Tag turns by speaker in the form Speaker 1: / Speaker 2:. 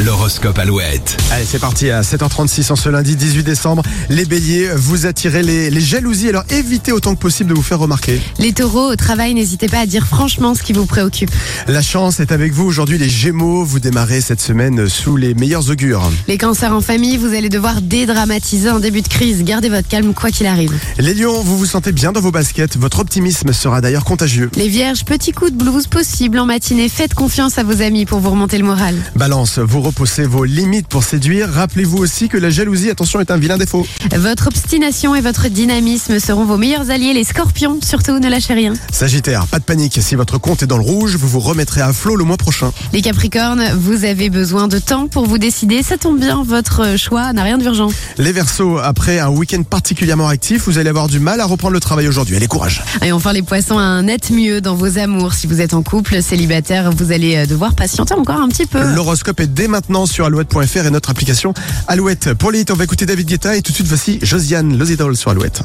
Speaker 1: L'horoscope Alouette.
Speaker 2: Allez, c'est parti à 7h36 en ce lundi 18 décembre. Les béliers, vous attirez les, les jalousies, alors évitez autant que possible de vous faire remarquer.
Speaker 3: Les taureaux, au travail, n'hésitez pas à dire franchement ce qui vous préoccupe.
Speaker 2: La chance est avec vous aujourd'hui, les gémeaux, vous démarrez cette semaine sous les meilleurs augures.
Speaker 3: Les cancers en famille, vous allez devoir dédramatiser en début de crise. Gardez votre calme quoi qu'il arrive.
Speaker 2: Les lions, vous vous sentez bien dans vos baskets, votre optimisme sera d'ailleurs contagieux.
Speaker 3: Les vierges, petit coup de blues possible en matinée. Faites confiance à vos amis pour vous remonter le moral.
Speaker 2: Balance, vous repoussez vos limites pour séduire. Rappelez-vous aussi que la jalousie, attention, est un vilain défaut.
Speaker 3: Votre obstination et votre dynamisme seront vos meilleurs alliés. Les scorpions, surtout, ne lâchez rien.
Speaker 2: Sagittaire, pas de panique, si votre compte est dans le rouge, vous vous remettrez à flot le mois prochain.
Speaker 3: Les capricornes, vous avez besoin de temps pour vous décider. Ça tombe bien, votre choix n'a rien d'urgent.
Speaker 2: Les versos, après un week-end particulièrement actif, vous allez avoir du mal à reprendre le travail aujourd'hui. Allez, courage
Speaker 3: Et enfin, les poissons, un net mieux dans vos amours. Si vous êtes en couple, célibataire, vous allez devoir patienter encore un petit peu.
Speaker 2: L'horoscope est dès maintenant sur alouette.fr et notre application Alouette. Pour les hits, on va écouter David Guetta et tout de suite voici Josiane Lozidol sur Alouette.